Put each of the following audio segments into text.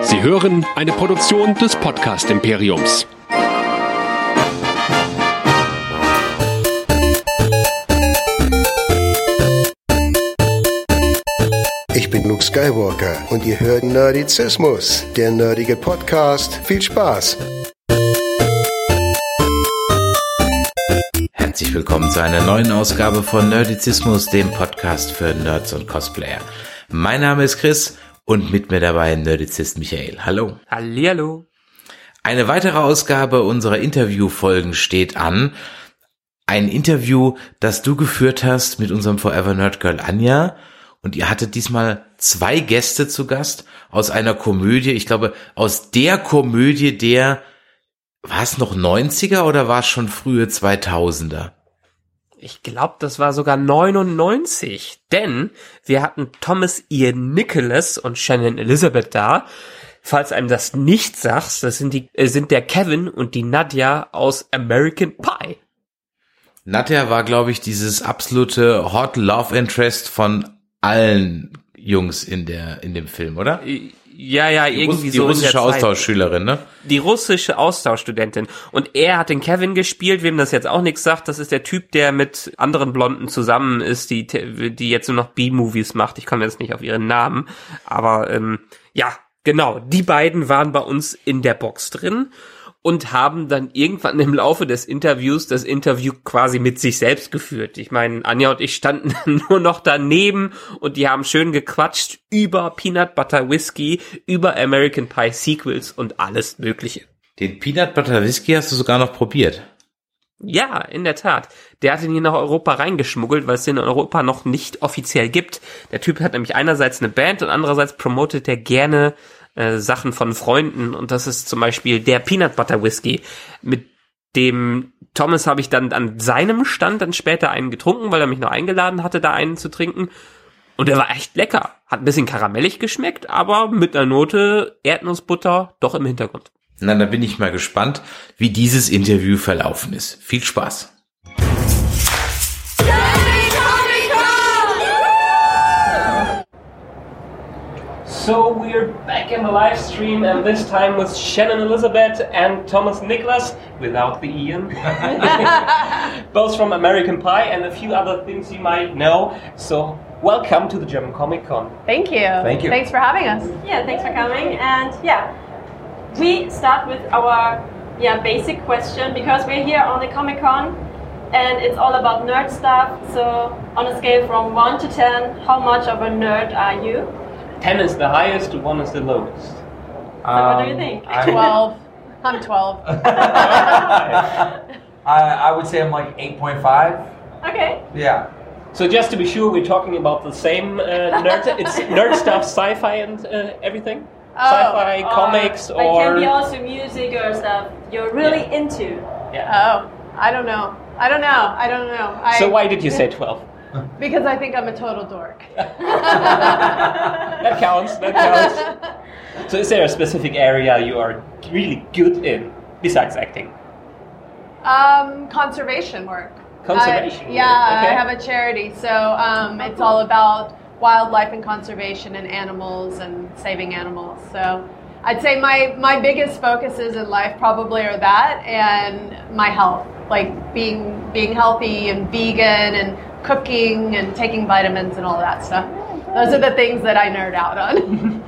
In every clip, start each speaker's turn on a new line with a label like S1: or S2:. S1: Sie hören eine Produktion des Podcast Imperiums.
S2: Ich bin Luke Skywalker und ihr hört Nerdizismus, der nerdige Podcast. Viel Spaß!
S3: Herzlich willkommen zu einer neuen Ausgabe von Nerdizismus, dem Podcast für Nerds und Cosplayer. Mein Name ist Chris und mit mir dabei Nerdizist Michael. Hallo.
S4: Hallihallo.
S3: Eine weitere Ausgabe unserer Interviewfolgen steht an. Ein Interview, das du geführt hast mit unserem Forever Nerd Girl Anja. Und ihr hattet diesmal zwei Gäste zu Gast aus einer Komödie. Ich glaube, aus der Komödie der, war es noch 90er oder war es schon frühe 2000er?
S4: Ich glaube, das war sogar 99, denn wir hatten Thomas Ian Nicholas und Shannon Elizabeth da. Falls einem das nicht sagt, das sind die äh, sind der Kevin und die Nadja aus American Pie.
S3: Nadja war, glaube ich, dieses absolute Hot Love Interest von allen Jungs in der in dem Film, oder?
S4: Ja, ja,
S3: Die Russ-
S4: irgendwie
S3: die
S4: so in
S3: russische
S4: der Zeit.
S3: Austauschschülerin, ne?
S4: Die russische Austauschstudentin und er hat den Kevin gespielt, wem das jetzt auch nichts sagt, das ist der Typ, der mit anderen Blonden zusammen ist, die te- die jetzt nur noch B-Movies macht. Ich komme jetzt nicht auf ihren Namen, aber ähm, ja, genau, die beiden waren bei uns in der Box drin und haben dann irgendwann im Laufe des Interviews das Interview quasi mit sich selbst geführt. Ich meine, Anja und ich standen dann nur noch daneben und die haben schön gequatscht über Peanut Butter Whiskey, über American Pie Sequels und alles Mögliche.
S3: Den Peanut Butter Whisky hast du sogar noch probiert.
S4: Ja, in der Tat. Der hat ihn hier nach Europa reingeschmuggelt, weil es den in Europa noch nicht offiziell gibt. Der Typ hat nämlich einerseits eine Band und andererseits promotet er gerne äh, Sachen von Freunden. Und das ist zum Beispiel der Peanut Butter Whisky. Mit dem Thomas habe ich dann an seinem Stand dann später einen getrunken, weil er mich noch eingeladen hatte, da einen zu trinken. Und der war echt lecker. Hat ein bisschen karamellig geschmeckt, aber mit einer Note Erdnussbutter doch im Hintergrund.
S3: Na, da bin ich mal gespannt, wie dieses Interview verlaufen ist. Viel Spaß.
S4: So we're back in the live stream, and this time with Shannon Elizabeth and Thomas Nicholas, without the Ian, both from American Pie and a few other things you might know. So, welcome to the German Comic Con.
S5: Thank you. Thank
S4: you.
S5: Thanks for having us.
S6: Yeah, thanks for coming. And yeah, we start with our yeah basic question because we're here on the Comic Con, and it's all about nerd stuff. So on a scale from one to ten, how much of a nerd are you?
S4: 10 is the highest, 1 is the lowest.
S6: So what
S7: Um,
S6: do you think?
S5: Twelve. I'm twelve.
S7: I, I would say I'm like 8.5.
S6: okay.
S7: Yeah.
S4: So, just to be sure, we're talking about the same uh, nerd, it's nerd stuff, sci fi, and uh, everything?
S5: Oh,
S4: sci fi,
S5: uh,
S6: Or-
S4: comics,
S6: Uh, but it can be
S4: or.
S6: also music or stuff you're really into.
S4: Yeah.
S5: Oh, I don't know. I don't know. I don't know. I,
S4: So, why did you say 12?
S5: Because I think I'm a total dork.
S4: That counts, that counts. So is there a specific area you are really good in besides acting?
S5: Um, conservation work.
S4: Conservation
S5: I, yeah,
S4: work, okay.
S5: I have a charity, so um, it's all about wildlife and conservation and animals and saving animals. So I'd say my my biggest focuses in life probably are that and my health, like being being healthy and vegan and cooking and taking vitamins and all that stuff. Those are the things that I nerd out on.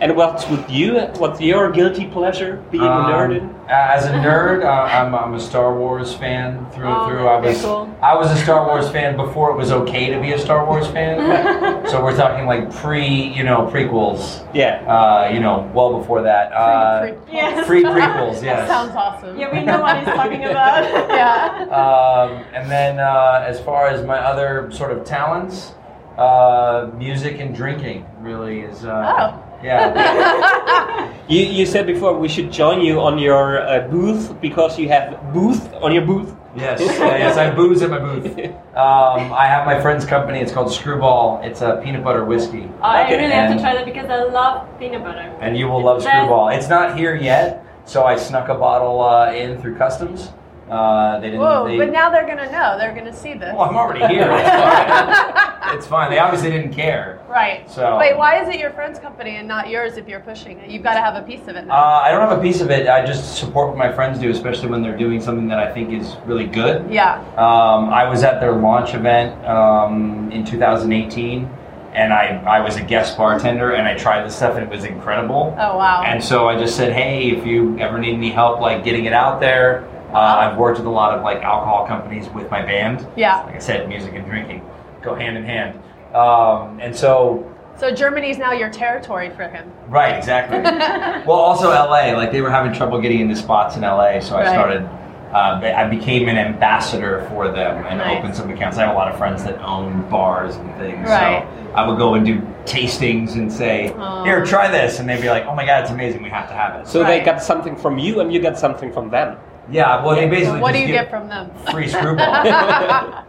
S4: And what's with you? What's your guilty pleasure being a nerd in?
S7: Um, As a nerd, uh, I'm, I'm a Star Wars fan through
S6: Oh,
S7: and through. I
S6: very
S7: was
S6: cool.
S7: I was a Star Wars fan before it was okay to be a Star Wars fan. so we're talking like pre, you know, prequels.
S4: Yeah.
S7: Uh, you know, well before that. Uh,
S6: Yes.
S7: pre prequels,
S5: That
S7: yes.
S5: sounds awesome.
S6: yeah, we know what he's talking about.
S5: yeah.
S7: Um, and then uh, as far as my other sort of talents, uh, music and drinking really is. Uh,
S5: Oh.
S7: Yeah.
S4: You, you said before we should join you on your uh, booth because you have booth on your booth.
S7: Yes, yeah, yes, I booze at my booth. Um, I have my friend's company. It's called Screwball. It's a peanut butter whiskey,
S6: I
S4: Okay.
S6: really have to
S7: And-
S6: try that because I love peanut butter.
S7: and you will love Screwball. It's not here yet, so I snuck a bottle uh, in through customs, Uh, they didn't.
S5: Whoa,
S7: they,
S5: but now they're gonna know. They're gonna see this.
S7: well, I'm already here. It's fine. it's fine. They obviously didn't care.
S5: Right.
S7: So-
S5: Wait, why is it your friend's company and not yours if you're pushing it? You've got to have a piece of it
S7: Uh,
S5: now.
S7: I don't have a piece of it. I just support what my friends do, especially when they're doing something that I think is really good.
S5: yeah.
S7: Um, I was at their launch event um, in 2018, and I, I was a guest bartender, and I tried this stuff, and it was incredible.
S5: Oh wow.
S7: And so I just said, hey, if you ever need any help, like getting it out there, uh, I've worked with a lot of like alcohol companies with my band.
S5: Yeah.
S7: Like I said, music and drinking go hand in hand. Um, and so
S5: so Germany's now your territory for him.
S7: Right, exactly. well, also LA, like they were having trouble getting into spots in LA, so I
S5: Right.
S7: started. Uh, I became an ambassador for them and
S5: Nice.
S7: opened some accounts. I have a lot of friends that own bars and things,
S5: Right. Oh.
S7: so I would go and do tastings and say,
S5: Aw.
S7: "Here, try this," and they'd be like, "Oh my god, it's amazing! We have to have it." So
S4: So they
S5: Right.
S4: got something from you, and you got something from them.
S7: yeah, well, they
S5: So
S7: basically
S5: what do
S7: just
S5: you
S7: give
S5: get from them?
S7: free screwball.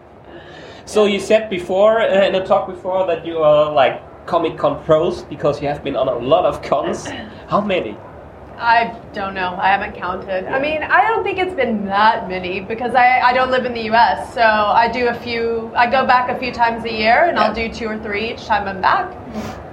S4: So you said before uh, in a talk before that you are like Comic Con pros because you have been on a lot of cons. How many?
S5: I don't know. I haven't counted. I mean, I don't think it's been that many because I, I don't live in the U.S. So I do a few. I go back a few times a year, and I'll do two or three each time I'm back.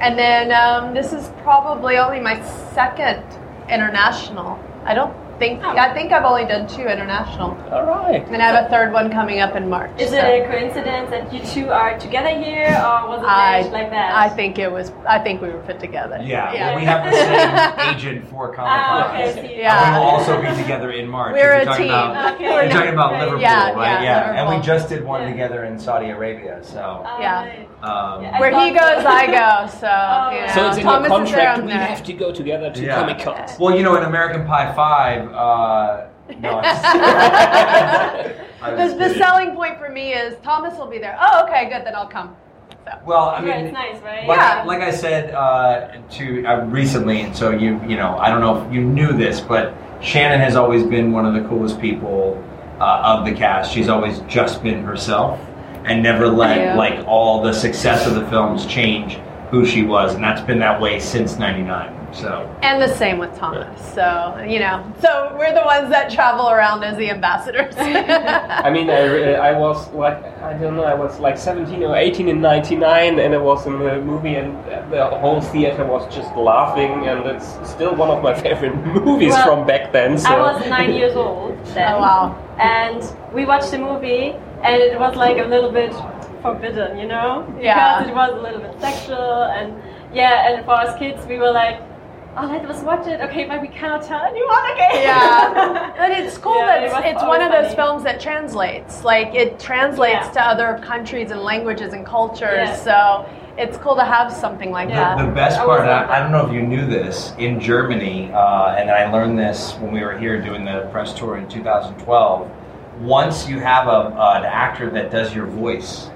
S5: And then um, this is probably only my second international. I don't think.
S7: Oh.
S5: I think I've only done two international,
S4: All right.
S5: and I have a third one coming up in March.
S6: Is
S5: so.
S6: it a coincidence that you two are together here, or was it
S5: I,
S6: managed like that?
S5: I think it was. I think we were put together.
S7: yeah,
S6: Yeah.
S7: well, we have the same agent for Comic
S6: Ah,
S7: Con.
S6: okay, I see.
S5: Yeah.
S7: And we will also be together in March.
S5: We're
S7: If
S5: a
S7: you're talking
S5: team.
S7: About,
S6: Okay.
S7: You're talking about
S6: Yeah,
S7: Liverpool,
S5: yeah,
S7: right? And we
S5: Liverpool.
S7: just did one
S6: Yeah.
S7: together in Saudi Arabia, so.
S6: Ah,
S5: Yeah.
S6: right.
S7: Um,
S6: Yeah, I
S5: Where he
S6: thought
S5: goes,
S6: so.
S5: I go. So,
S6: Oh,
S5: you
S6: yeah.
S4: So
S5: know,
S4: it's in
S5: Thomas
S4: your
S5: is there,
S4: contract.
S5: I'm
S4: We
S5: there.
S4: have to go together to
S7: Yeah.
S4: Comic Cons.
S7: well, you know, in American Pie 5, uh, no, I'm just- I was
S5: The, the
S7: kidding.
S5: selling point for me is Thomas will be there. Oh, okay, good. Then I'll come.
S7: Well, I mean,
S6: Right, it's nice, right?
S7: Like,
S5: Yeah.
S7: like I said uh, to uh, recently, and so you you know I don't know if you knew this, but Shannon has always been one of the coolest people uh, of the cast. She's always just been herself and never let
S5: Yeah.
S7: like all the success of the films change who she was, and that's been that way since '99. So
S5: And the same with Thomas. So you know, so we're the ones that travel around as the ambassadors.
S4: I mean, I, re- I was like, I don't know, I was like 17 or 18 in 99, and I was in the movie, and the whole theater was just laughing, and it's still one of my favorite movies
S6: Well,
S4: from back then. So.
S6: I was nine years old then.
S5: Oh, wow.
S6: And we watched the movie, and it was like a little bit forbidden, you know?
S5: Yeah.
S6: Because it was a little bit sexual, and yeah, and for us kids, we were like, oh, let us watch it, okay, but we cannot tell anyone, okay?
S5: yeah, but it's cool
S6: Yeah,
S5: that
S6: it was
S5: it's, it's
S6: always
S5: one of those
S6: funny.
S5: films that translates. Like it translates
S6: Yeah.
S5: to other countries and languages and cultures.
S6: Yeah.
S5: So it's cool to have something like
S6: Yeah.
S5: that.
S7: The, the best
S6: I
S7: part,
S6: was-
S7: and I, I don't know if you knew this, in Germany, uh, and I learned this when we were here doing the press tour in 2012. Once you have a, an actor that does your voice,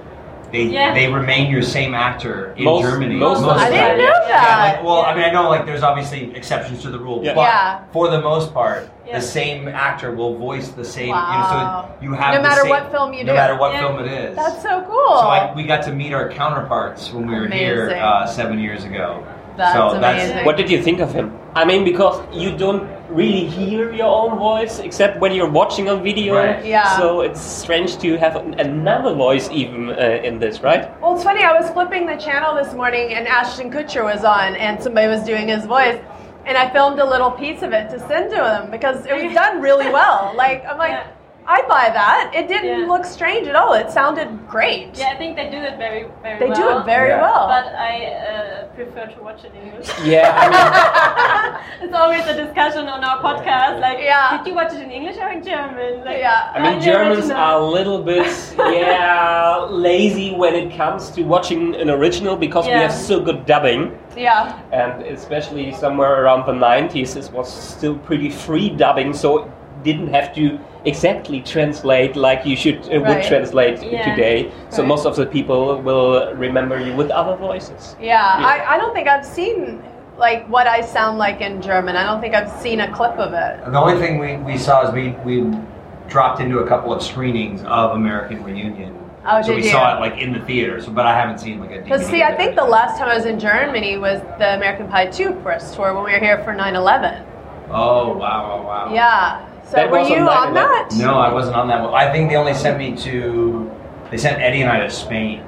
S7: they
S6: Yeah.
S7: they remain your same actor in
S4: Most-
S7: Germany.
S4: most of
S5: I
S4: the
S5: didn't
S4: time,
S5: know
S7: Yeah,
S5: that.
S7: like, well, I mean, I know like there's obviously exceptions to the rule,
S4: Yeah.
S7: but
S5: Yeah.
S7: for the most part,
S6: Yeah.
S7: the same actor will voice the same.
S5: Wow.
S7: You know, so you have
S5: No
S7: the
S5: matter
S7: same-
S5: what film you
S7: no
S5: do.
S7: matter what
S6: Yeah.
S7: film it is.
S5: That's so cool.
S7: So I, we got to meet our counterparts when we were here
S5: Amazing.
S7: uh, seven years ago.
S5: That's
S7: so
S5: amazing.
S4: What did you think of him? I mean, because you don't really hear your own voice except when you're watching on video.
S7: Right.
S5: Yeah.
S4: So it's strange to have an- another voice even uh, in this, right?
S5: Well, it's funny. I was flipping the channel this morning, and Ashton Kutcher was on, and somebody was doing his voice, and I filmed a little piece of it to send to him because it was done really well. Like I'm like, I buy that. It didn't
S6: Yeah.
S5: look strange at all. It sounded great.
S6: Yeah, I think they do it very, very
S5: They
S6: well.
S5: do it very
S7: Yeah.
S5: well.
S6: But I uh, prefer to watch it in English.
S4: Yeah. I mean,
S6: It's always a discussion on our podcast, like,
S5: Yeah.
S6: did you watch it in English or in German? Like,
S5: Yeah.
S4: I mean,
S6: did
S4: Germans
S6: original.
S4: are a little bit, yeah, lazy when it comes to watching an original because we
S6: Yeah.
S4: have so good dubbing,
S5: yeah.
S4: and especially somewhere around the 90s, it was still pretty free dubbing, so it didn't have to exactly translate like you should uh, would
S5: Right.
S4: translate
S6: Yeah.
S4: today. So
S6: Right.
S4: most of the people will remember you with other voices.
S5: Yeah,
S4: Yeah.
S5: I, I don't think I've seen like what I sound like in German. I don't think I've seen a clip of it.
S7: The only thing we, we saw is we, we dropped into a couple of screenings of American Reunion.
S5: Oh,
S7: so
S5: did
S7: we
S5: you?
S7: saw it like in the theater. So, but I haven't seen like a.
S5: Because
S7: DVD
S5: see, I
S7: of
S5: think
S7: it.
S5: the last time I was in Germany was the American Pie 2 press tour when we were here for 9/11.
S7: Oh wow! Wow! Wow!
S5: Yeah. So
S4: That
S5: were
S4: was
S5: you
S4: on 9/11.
S5: on that?
S7: No, I wasn't on that one. I think they only sent me to. They sent Eddie and I to Spain.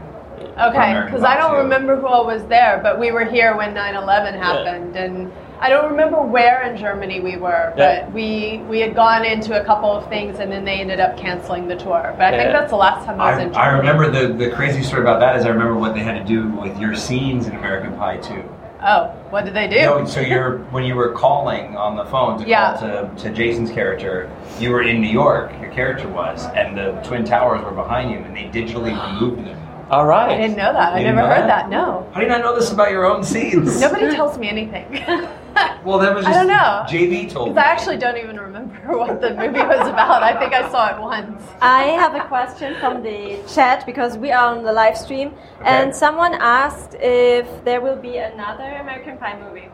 S5: Okay,
S7: American
S5: because I don't
S7: Boxing.
S5: remember who all was there, but we were here when 9/11 happened, and I don't remember where in Germany we were,
S4: Yeah.
S5: but we we had gone into a couple of things, and then they ended up canceling the tour. But I
S4: Yeah.
S5: think that's the last time I was
S7: I,
S5: in Germany.
S7: I remember the, the crazy story about that is I remember what they had to do with your scenes in American Pie too.
S5: Oh, what did they do?
S7: No, so you're when you were calling on the phone to
S5: Yeah.
S7: call to, to Jason's character, you were in New York. Your character was, and the Twin Towers were behind you, and they digitally removed them.
S4: All
S5: I
S4: right.
S5: didn't know that. I
S7: You didn't
S5: never
S7: know
S5: heard that.
S7: that?
S5: No,
S7: How do you not know this about your own scenes?
S5: nobody tells me anything. Because
S7: Well, that was
S5: I
S7: just
S5: don't know.
S7: JV told
S5: I
S7: me.
S5: actually don't even remember what the movie was about. I think I saw it once.
S6: I have a question from the chat because we are on the live stream, and someone asked if there will be another American Pie movie.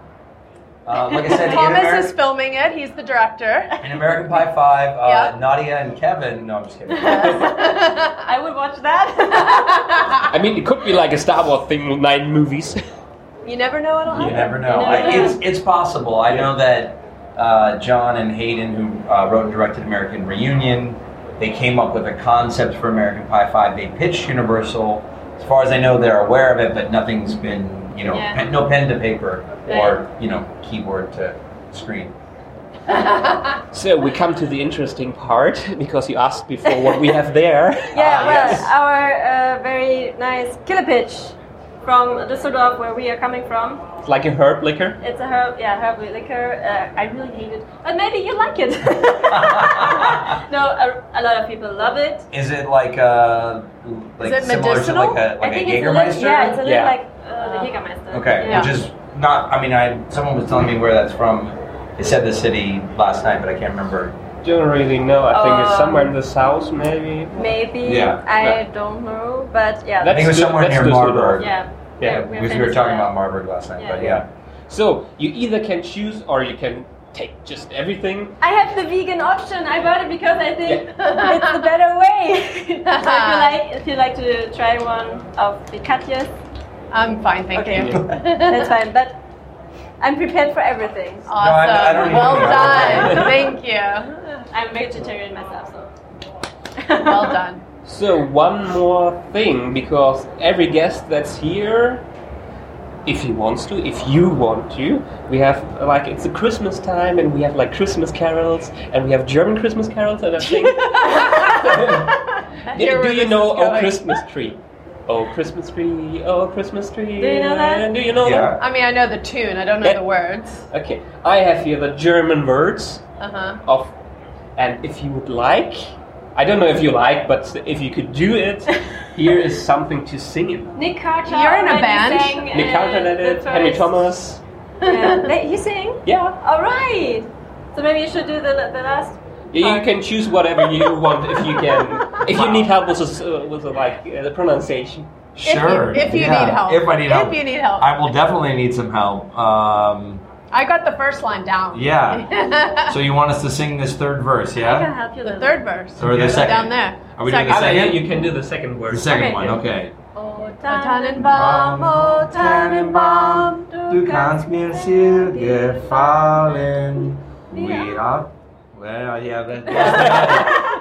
S7: Uh, like I said, in
S5: Thomas is
S7: Ameri-
S5: filming it. He's the director.
S7: in American Pie Five, uh,
S5: Yeah.
S7: Nadia and Kevin. No, I'm just kidding.
S6: I would watch that.
S4: I mean, it could be like a Star Wars thing with nine movies.
S5: You never know what'll
S7: You
S5: happen.
S7: never know.
S6: You
S7: I,
S6: never know.
S7: it's it's possible. I know that uh, John and Hayden, who uh, wrote and directed American Reunion, they came up with a concept for American Pie Five. They pitched Universal. As far as I know, they're aware of it, but nothing's been you know
S6: Yeah.
S7: pen, no pen to paper
S6: Right.
S7: or you know keyboard to screen.
S4: So we come to the interesting part because you asked before what we have there.
S6: yeah,
S7: Ah,
S6: well,
S7: yes.
S6: our uh, very nice killer pitch from Düsseldorf, where we are coming from.
S4: It's like a herb liquor.
S6: It's a herb, yeah, herb liquor. Uh, I really hate it, but maybe you like it. no, a, a lot of people love it.
S7: Is it like uh like
S5: Is it
S7: similar
S5: medicinal?
S7: to like a like
S6: I
S7: a
S6: think it's a
S7: Jägermeister?
S6: little,
S7: Uh-huh.
S6: yeah, it's a little
S4: Yeah.
S6: like uh, the Jägermeister.
S7: Okay,
S6: yeah.
S7: which is not. I mean, I someone was telling me where that's from. They said the city last night, but I can't remember.
S4: Don't really know. I think it's
S6: Um,
S4: somewhere in the south, maybe.
S6: Maybe
S7: Yeah,
S6: I
S7: yeah.
S6: don't know, but yeah,
S7: I think it was
S4: That's
S7: somewhere
S4: good-
S7: near
S4: that's good.
S7: Marburg.
S6: yeah.
S4: Yeah,
S6: we're
S7: Because we were
S6: famous
S7: talking
S6: for that.
S7: about Marburg last night,
S6: Yeah.
S7: but yeah.
S4: So you either can choose or you can take just everything.
S6: I have the vegan option. I bought it because I think it's the better way. so if you
S5: Ah.
S6: like, if you like to try one of the Katyas,
S5: I'm fine, thank
S6: Okay.
S5: you.
S6: that's fine. But I'm prepared for everything.
S5: Awesome.
S7: No, I- I don't need
S5: well
S7: to know.
S5: done. Thank you.
S6: I'm vegetarian myself, so.
S5: Well done.
S4: So one more thing, because every guest that's here, if he wants to, if you want to, we have uh, like it's a Christmas time and we have like Christmas carols and we have German Christmas carols and I think.
S5: Here
S4: do,
S5: where
S4: you
S5: this
S4: know
S5: is
S4: Oh
S5: going.
S4: Christmas Tree? Oh Christmas Tree, Oh Christmas Tree.
S6: Do you know that?
S4: Do you know
S7: Yeah.
S4: that?
S5: I mean, I know the tune, I don't know the words.
S4: Okay, I have here the German words
S5: Uh huh.
S4: of, and if you would like, I don't know if you like, but if you could do it, here is something to sing it.
S6: Nick Carter.
S5: You're in a
S6: already
S5: band?
S6: sang,
S4: Nick
S6: uh,
S4: Carter did
S6: the
S4: it, Henry
S6: first-
S4: Thomas.
S6: Yeah, they- you sing?
S4: Yeah.
S6: All right. So maybe you should do the, the last.
S4: yeah. You
S6: part.
S4: can choose whatever you want if you can. If you need help with, the- uh, with the, like uh, the pronunciation.
S7: Sure.
S5: If you, if you
S7: yeah.
S5: need help.
S7: If I need help.
S5: If you need help. I,
S7: I will definitely need some help. Um,
S5: got the first line down.
S7: yeah. so you want us to sing this third verse,
S6: I can
S7: yeah?
S6: help you.
S5: The
S6: then.
S5: third verse.
S7: Or the
S5: It's Down
S7: second?
S5: there.
S7: Are we doing the
S5: Second.
S7: second?
S4: you can do the second word.
S7: The second
S6: Okay,
S7: one,
S6: good.
S7: okay.
S6: Oh,
S5: Oh, Tannenbaum, oh, Tannenbaum,
S7: du kannst mir sehr gefallen. We are. Well, yeah, that,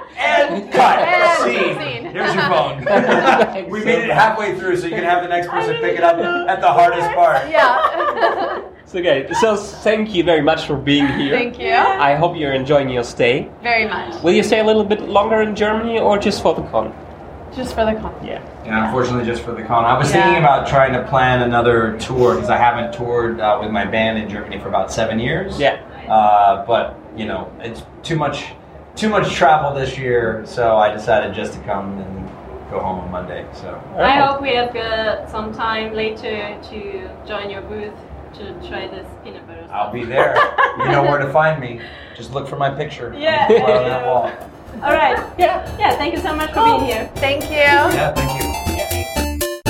S7: And cut.
S5: And
S7: Scene.
S5: scene.
S7: Here's your phone. we made it halfway through, so you can have the next person pick it up at the hardest part.
S5: Yeah.
S4: So, okay. So thank you very much for being here.
S5: Thank you
S4: I hope you're enjoying your stay.
S5: very much.
S4: Will you stay a little bit longer in Germany or just for the con?
S5: Just for the compliment.
S4: Yeah.
S7: And unfortunately, just for the con, I was
S5: Yeah.
S7: thinking about trying to plan another tour because I haven't toured uh, with my band in Germany for about seven years.
S4: Yeah.
S7: Uh, but you know, it's too much, too much travel this year, so I decided just to come and go home on Monday. So
S6: I hope we have uh, some time later to join your booth to try this peanut butter.
S7: I'll be there. you know where to find me. Just look for my picture.
S6: Yeah.
S7: on that wall.
S6: All right. Yeah. Yeah. Thank you so much for being here.
S5: Thank you.
S7: Yeah. Thank you.